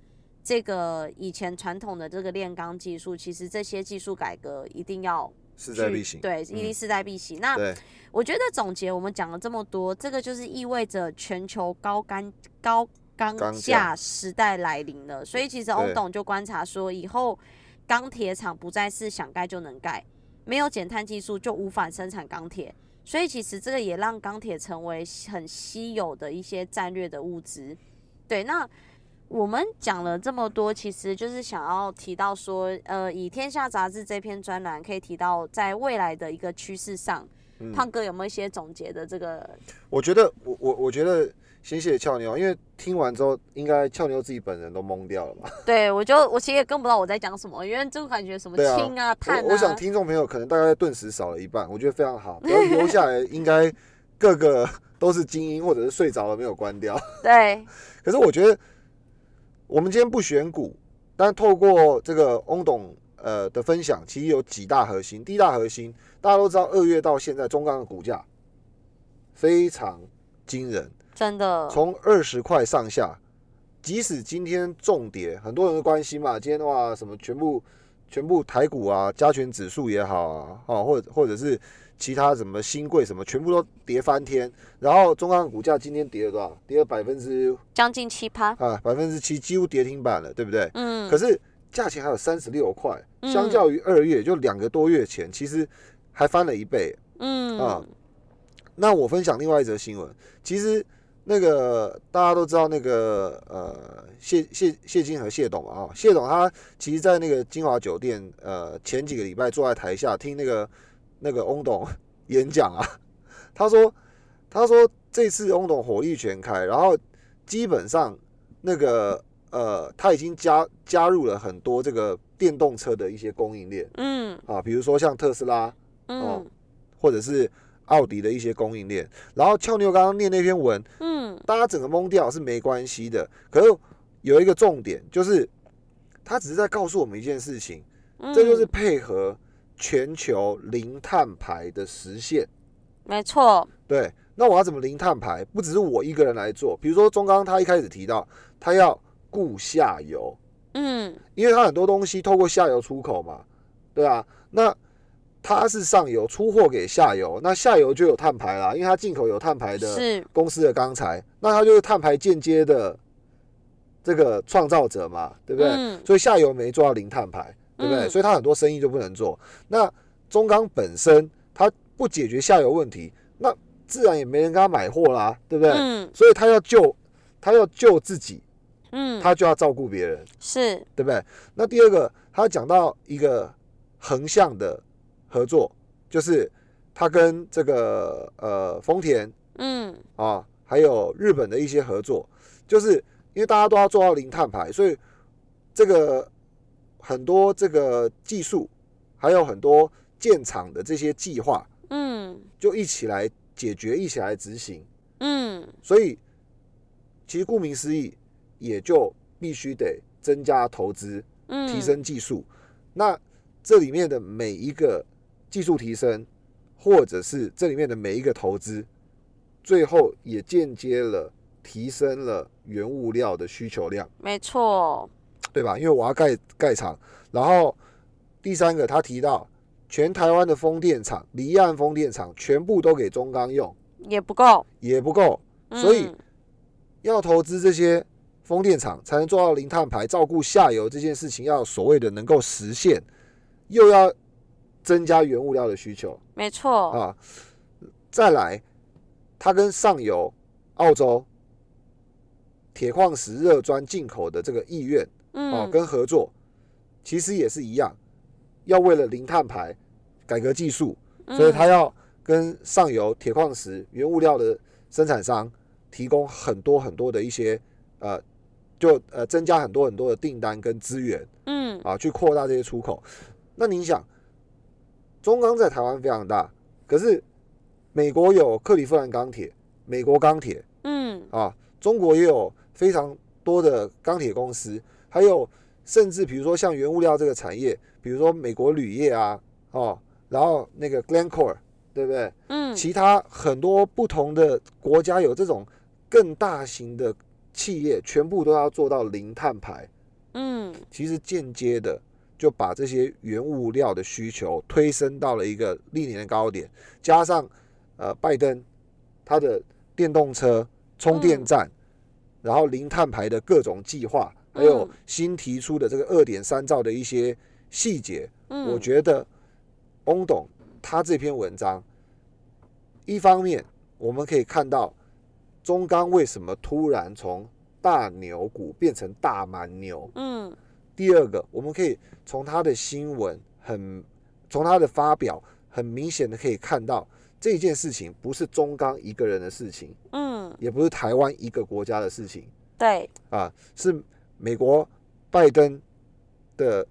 这个以前传统的这个炼钢技术，其实这些技术改革一定要
势在
去
必行，嗯
对，一定势在必行。那
对，
我觉得总结我们讲了这么多，这个就是意味着全球高干高钢
钢
价
价
时代来临了。所以其实欧
对
董就观察说，以后钢铁厂不再是想盖就能盖，没有减碳技术就无法生产钢铁。所以其实这个也让钢铁成为很稀有的一些战略的物资。对，那我们讲了这么多，其实就是想要提到说，呃，以《天下》杂志这篇专栏可以提到，在未来的一个趋势上，
嗯
胖哥有没有一些总结的这个？
我觉得我我我觉得先谢谢俏妞，因为听完之后，应该俏妞自己本人都懵掉了吧？
对我就我其实也跟不到我在讲什么，因为就感觉什么
对啊
氢啊、碳啊
我我想听众朋友可能大概顿时少了一半，我觉得非常好，不要留下来，应该各个 都是精英，或者是睡着了没有关掉。
对
可是我觉得我们今天不选股，但透过这个翁董呃的分享，其实有几大核心。第一大核心，大家都知道，二月到现在中钢的股价非常惊人。
真的，
从二十块上下，即使今天重跌，很多人都关心嘛，今天的话什么全部全部台股啊，加权指数也好啊，哦，或者或者是其他什么新贵什么，全部都跌翻天。然后中钢股价今天跌了多少？跌了百分之
将近七趴，
啊百分之七，几乎跌停板了，对不对？
嗯
可，是价钱还有三十六块，
嗯
相较于二月就两个多月前，其实还翻了一倍。
嗯，
啊那我分享另外一则新闻，其实那个大家都知道那个呃谢谢谢金和谢董嘛啊、谢董他其实，在那个金华酒店呃前几个礼拜坐在台下听那个那个翁董 演讲啊，他说他说这次翁董火力全开，然后基本上那个呃他已经加加入了很多这个电动车的一些供应链
嗯
啊，比如说像特斯拉，哦
嗯
或者是奥迪的一些供应链。然后俏妞刚刚念那篇文，
嗯，
大家整个懵掉是没关系的。可是有一个重点，就是他只是在告诉我们一件事情，
嗯
这就是配合全球零碳排的实现。
没错，
对，那我要怎么零碳排？不只是我一个人来做，比如说中钢他一开始提到，他要顾下游，
嗯，
因为它很多东西透过下游出口嘛，对啊，那它是上游出货给下游，那下游就有碳排啦，因为它进口有碳排的
是
公司的钢材，那它就是碳排间接的这个创造者嘛，对不对？
嗯
所以下游没做到零碳排，对不对？
嗯
所以它很多生意就不能做。那中钢本身它不解决下游问题，那自然也没人跟他买货啦，对不对？
嗯
所以他要救，他要救自己，
嗯，
他就要照顾别人。
是
对不对？那第二个，他讲到一个横向的合作，就是他跟这个呃丰田
嗯
啊，还有日本的一些合作，就是因为大家都要做到零碳排，所以这个很多这个技术，还有很多建厂的这些计划，
嗯
就一起来解决，一起来执行。
嗯
所以其实顾名思义，也就必须得增加投资，
嗯，
提升技术。那这里面的每一个技术提升，或者是这里面的每一个投资，最后也间接了提升了原物料的需求量，
没错，
对吧？因为我要盖盖厂，然后第三个他提到。全台湾的风电厂、离岸风电厂全部都给中钢用，
也不够，
也不够，所以
嗯
要投资这些风电厂，才能做到零碳排，照顾下游这件事情，要有所谓的能够实现，又要增加原物料的需求
没错，
啊。再来，它跟上游澳洲铁矿石、热砖进口的这个意愿哦、
嗯，
跟合作，其实也是一样，要为了零碳排改革技术，
嗯
所以它要跟上游铁矿石原物料的生产商提供很多很多的一些呃，就呃增加很多很多的订单跟资源
嗯
啊，去扩大这些出口。那你想，中钢在台湾非常大，可是美国有克利夫兰钢铁、美国钢铁
嗯
啊，中国也有非常多的钢铁公司，还有甚至比如说像原物料这个产业，比如说美国铝业啊，哦，然后那个 Glencore，对不对？
嗯
其他很多不同的国家有这种更大型的企业，全部都要做到零碳排，
嗯，
其实间接的就把这些原物料的需求推升到了一个历年的高点，加上呃拜登他的电动车充电站，
嗯
然后零碳排的各种计划，还有
嗯
新提出的这个二点三兆的一些细节，
嗯
我觉得翁董他这篇文章，一方面我们可以看到中钢为什么突然从大牛股变成大蛮牛，
嗯
第二个我们可以从他的新闻很，从他的发表很明显的可以看到。这件事情不是中钢一个人的事情，
嗯，
也不是台湾一个国家的事情
对，
啊，是美国拜登的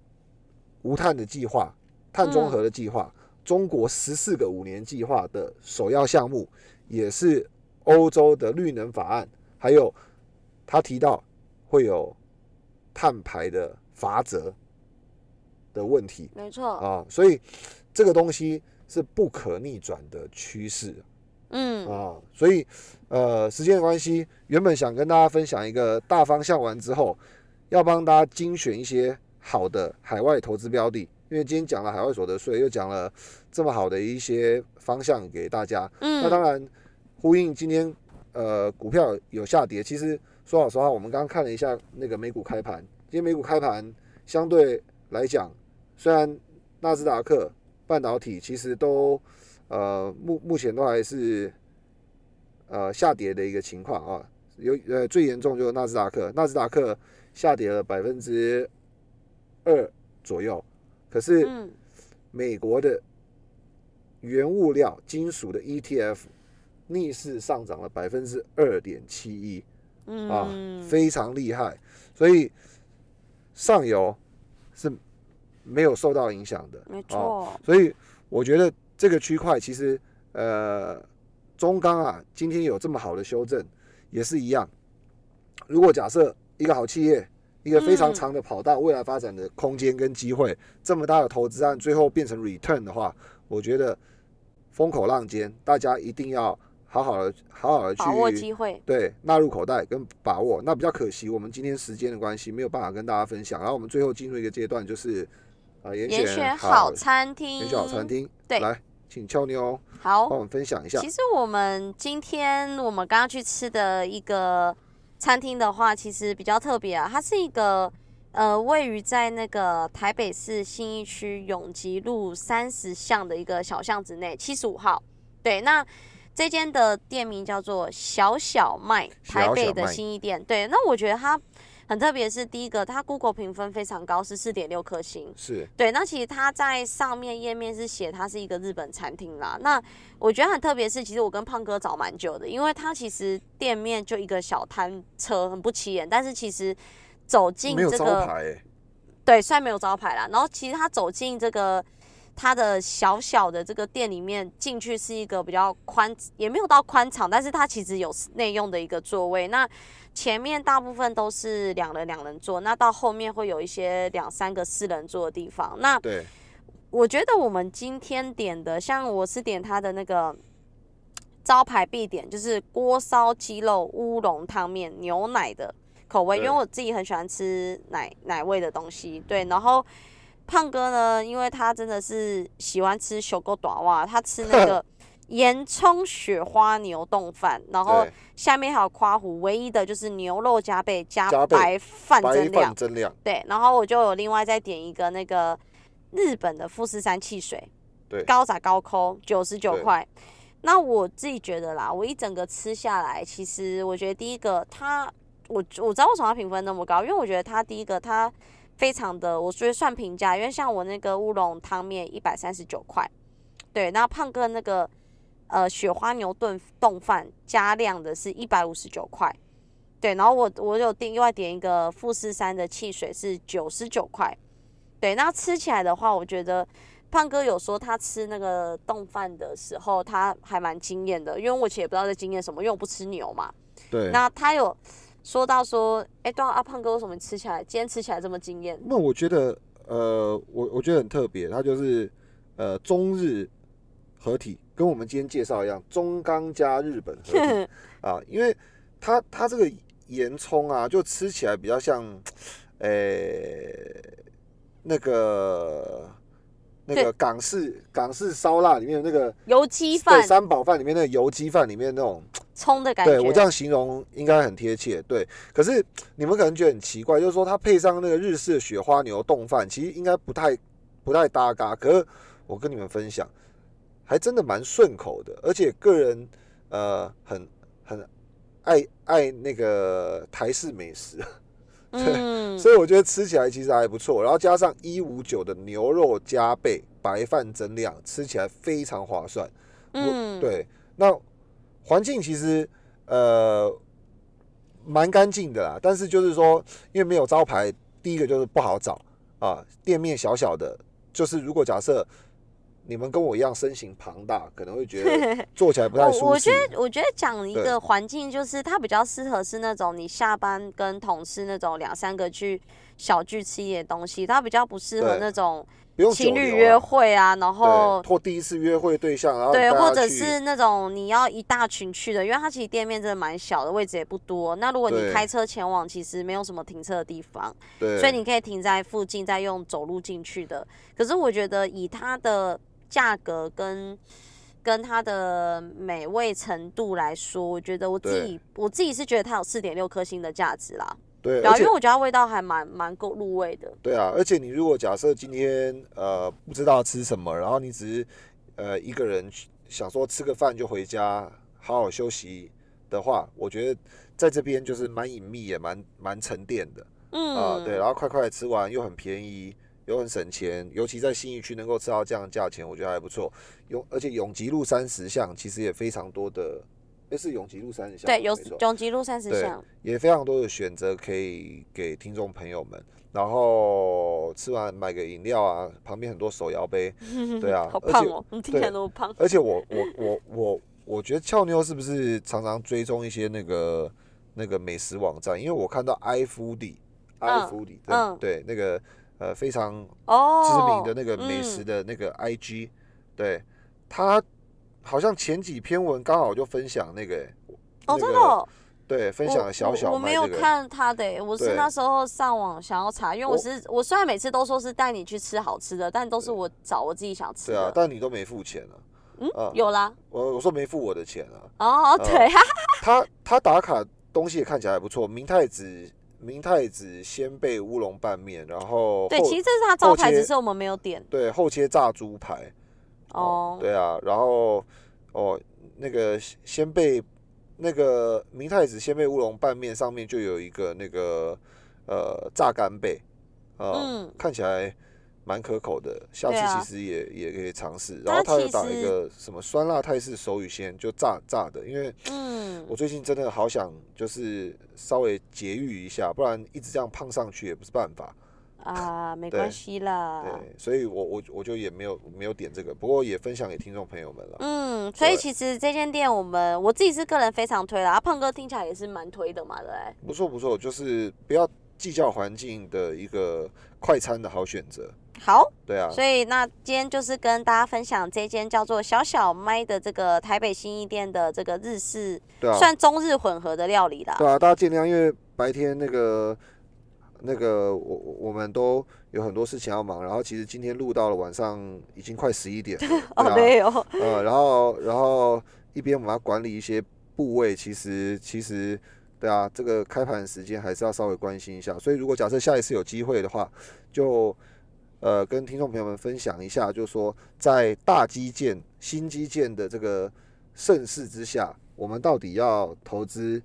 无碳的计划、碳中和的计划，中国十四个五年计划的首要项目，也是欧洲的绿能法案，还有他提到会有碳排的罚则的问题
没错，
啊，所以这个东西是不可逆转的趋势。
嗯
啊、所以呃，时间的关系，原本想跟大家分享一个大方向完之后，要帮大家精选一些好的海外投资标的，因为今天讲了海外所得税，又讲了这么好的一些方向给大家。
嗯，
那当然，呼应今天呃股票有下跌，其实说老实话，我们刚刚看了一下那个美股开盘，今天美股开盘相对来讲，虽然纳斯达克、半导体其实都呃目目前都还是呃下跌的一个情况啊，有呃最严重就是纳斯达克，纳斯达克下跌了百分之二左右，可是。
嗯
美国的原物料金属的 ETF 逆势上涨了百分之二点七一啊，
嗯
非常厉害。所以上游是没有受到影响的，
没
啊
错，
所以我觉得这个区块其实呃，中钢啊，今天有这么好的修正，也是一样。如果假设一个好企业，一个非常
嗯
长的跑道，未来发展的空间跟机会，这么大的投资案最后变成 return 的话，我觉得风口浪尖，大家一定要好好的好好的去
把握机会。
对，纳入口袋跟把握。那比较可惜，我们今天时间的关系没有办法跟大家分享。然后我们最后进入一个阶段，就是啊、呃，严
严选
选
好餐厅，
严选好餐。厅。
对
来，请俏妞哦
好
帮，我们分享一下
其。实我们今天我们刚刚去吃的一个餐厅的话，其实比较特别啊，它是一个呃位于在那个台北市信义区永吉路三十巷的一个小巷子内，七十五号。对，那这间的店名叫做小小麦，
小小麦
台北的新义店。对，那我觉得它很特别，是第一个，它 Google 评分非常高，是四点六颗星。
是
对，那其实它在上面页面是写它是一个日本餐厅啦。那我觉得很特别是，其实我跟胖哥找蛮久的，因为它其实店面就一个小摊车，很不起眼，但是其实走进
没有
这
招
个
牌、欸，
对，虽然没有招牌啦，然后其实他走进这个他的小小的这个店里面，进去是一个比较宽，也没有到宽敞，但是它其实有内用的一个座位。那前面大部分都是两人两人座，那到后面会有一些两三个四人座的地方。那
对，
我觉得我们今天点的，像我是点它的那个招牌必点，就是锅烧鸡肉乌龙汤面，牛奶的口味，因
对
为我自己很喜欢吃奶奶味的东西。对，然后胖哥呢，因为他真的是喜欢吃小狗短袜，他吃那 个盐葱雪花牛冻饭，然后
对
下面还有夸虎，唯一的就是牛肉加倍加
加倍
白饭
白
增量
饭。增量，
对，然后我就有另外再点一个那个日本的富士山汽水，
对
高砸高抠九十九
对
块。那我自己觉得啦，我一整个吃下来，其实我觉得第一个它，我我知道为什么它评分那么高，因为我觉得它第一个它非常的，我觉得算平价，因为像我那个乌龙汤面一百三十九块，对，那胖哥那个呃雪花牛炖冻饭加量的是一百五十九块，对，然后我我有订另外点一个富士山的汽水是九十九块，对，那吃起来的话，我觉得胖哥有说他吃那个冻饭的时候，他还蛮惊艳的，因为我其实也不知道在惊艳什么，因为我不吃牛嘛。
对。
那他有说到说，哎、对啊，啊胖哥为什么吃起来今天吃起来这么惊艳？
那我觉得，呃，我我觉得很特别，它就是呃中日合体，跟我们今天介绍一样，中钢加日本合 体啊，因为它它这个盐葱啊，就吃起来比较像，呃、那个那
对
个港式港式烧腊里面的那个
油鸡
对
饭
三宝饭里面的油鸡饭里面那种。
葱的感觉，
对我这样形容应该很贴切。对，可是你们可能觉得很奇怪，就是说它配上那个日式的雪花牛冻饭，其实应该不太不太搭嘎。可是我跟你们分享，还真的蛮顺口的，而且个人呃很很爱爱那个台式美食，
嗯，
所以我觉得吃起来其实还不错。然后加上一五九的牛肉加倍白饭增量，吃起来非常划算。
嗯，
对，那环境其实呃蛮干净的啦，但是就是说，因为没有招牌，第一个就是不好找啊，店面小小的，就是如果假设你们跟我一样身形庞大，可能会觉 得坐起来不太
我
舒
我
适
觉。得，我觉得讲一
对
个环境，就是它比较适合是那种你下班跟同事那种两三个去小聚吃一点东西，它比较不适合
对
那种
不用
情
久
侣
留
约
啦
会啊，然后
对，或第一次约会对象，然后
对，
带
或
他
者
去
是那种你要一大群去的，因为它其实店面真的蛮小的，位置也不多。那如果你
对
开车前往，其实没有什么停车的地方，
对，
所以你可以停在附近，再用走路进去的。可是我觉得以它的价格跟跟它的美味程度来说，我觉得我自己我自己是觉得它有四点六颗星的价值啦。
对，
然
而
后因
且
为我觉得它味道还蛮蛮够入味的。
对啊，而且你如果假设今天呃不知道吃什么，然后你只是呃一个人去想说吃个饭就回家，好好休息的话，我觉得在这边就是蛮隐秘也蛮蛮沉淀的
嗯，
啊、对，然后快快地吃完又很便宜。又很省钱，尤其在信义区能够吃到这样的价钱，我觉得还不错。永而且永吉路三十巷其实也非常多的，那是永吉路三十巷吗，
对，有
没错
永吉路三十
对
巷，，
也非常多的选择可以给听众朋友们。然后吃完买个饮料啊，旁边很多手摇杯，对啊
好
而
胖
且
哦，你听起来
对
那么胖。
而且我我我我我觉得俏妞是不是常常追踪一些那个那个美食网站？因为我看到 iFoodie、
嗯
iFoodie 对、
嗯
对那个呃非常
哦，
知名的那个美
嗯
食的那个 IG，、对它好像前几篇文刚好就分享那个、欸
哦，
那
真
个
的哦，
对，分享了小小
我我我
麦
没有
这个，
看他的、欸，我是
对
那时候上网想要查，因为我
我
是我虽然每次都说是带你去吃好吃的，但都是我找我自己想吃
对啊
的，。
但你都没付钱啊。
嗯
啊，
有啦，
我我说没付我的钱啊。
哦，对啊，
他他打卡东西也看起来还不错，明太子明太子鲜贝乌龙拌面，然后
对，
后
其实这是他招牌，
后街
只是我们没有点
对后切炸猪排
哦。
对啊，然后哦那个鲜贝那个明太子鲜贝乌龙拌面上面就有一个那个呃炸干贝，呃、
嗯
看起来。蛮可口的，下
对啊
次其实也、也可以尝试。然后
它
他又
其
打一
实
个什么酸辣泰式手语鲜，就炸炸的，因为
嗯，
我最近真的好想就是稍微节育一下，不然一直这样胖上去也不是办法。
啊，没
对
关系啦。
对，所以我我我就也没有没有点这个，不过也分享给听众朋友们了。
嗯，所以
对
其实这间店我们我自己是个人非常推啦，啊胖哥听起来也是蛮推的嘛，对不对？
不错不错，就是不要计较环境的一个快餐的好选择。
好，
对啊，
所以那今天就是跟大家分享这间叫做小小麦的这个台北新一店的这个日式，
对啊，
算中日混合的料理啦。。
对啊，大家尽量，因为白天那个那个我我我们都有很多事情要忙，然后其实今天录到了晚上已经快十一点了
哦，
对啊
没有，
呃，然后然后一边我们要管理一些部位，其实其实对啊，这个开盘时间还是要稍微关心一下。所以如果假设下一次有机会的话，就呃跟听众朋友们分享一下，就是说在大基建、新基建的这个盛世之下，我们到底要投资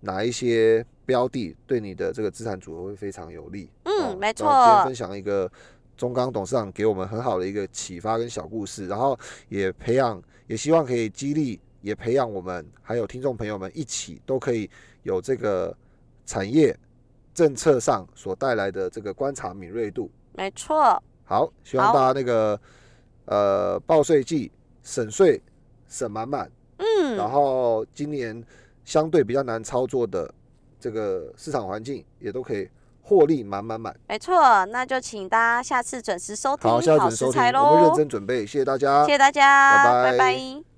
哪一些标的，对你的这个资产组合会非常有利。
嗯
哦
没
那今
错
天分享一个中钢董事长给我们很好的一个启发跟小故事，然后也培养，也希望可以激励，也培养我们还有听众朋友们一起都可以有这个产业政策上所带来的这个观察敏锐度。
没错，
好，希望
好
大家那个呃报税季省税省满满。然
嗯，
后今年相对比较难操作的这个市场环境，也都可以获利满满满。
没错，那就请大家下次准时收听
好，下次准时
食
收听
材，
我们认
喽，
真准备，谢谢大家，
谢谢大家，
拜拜
拜拜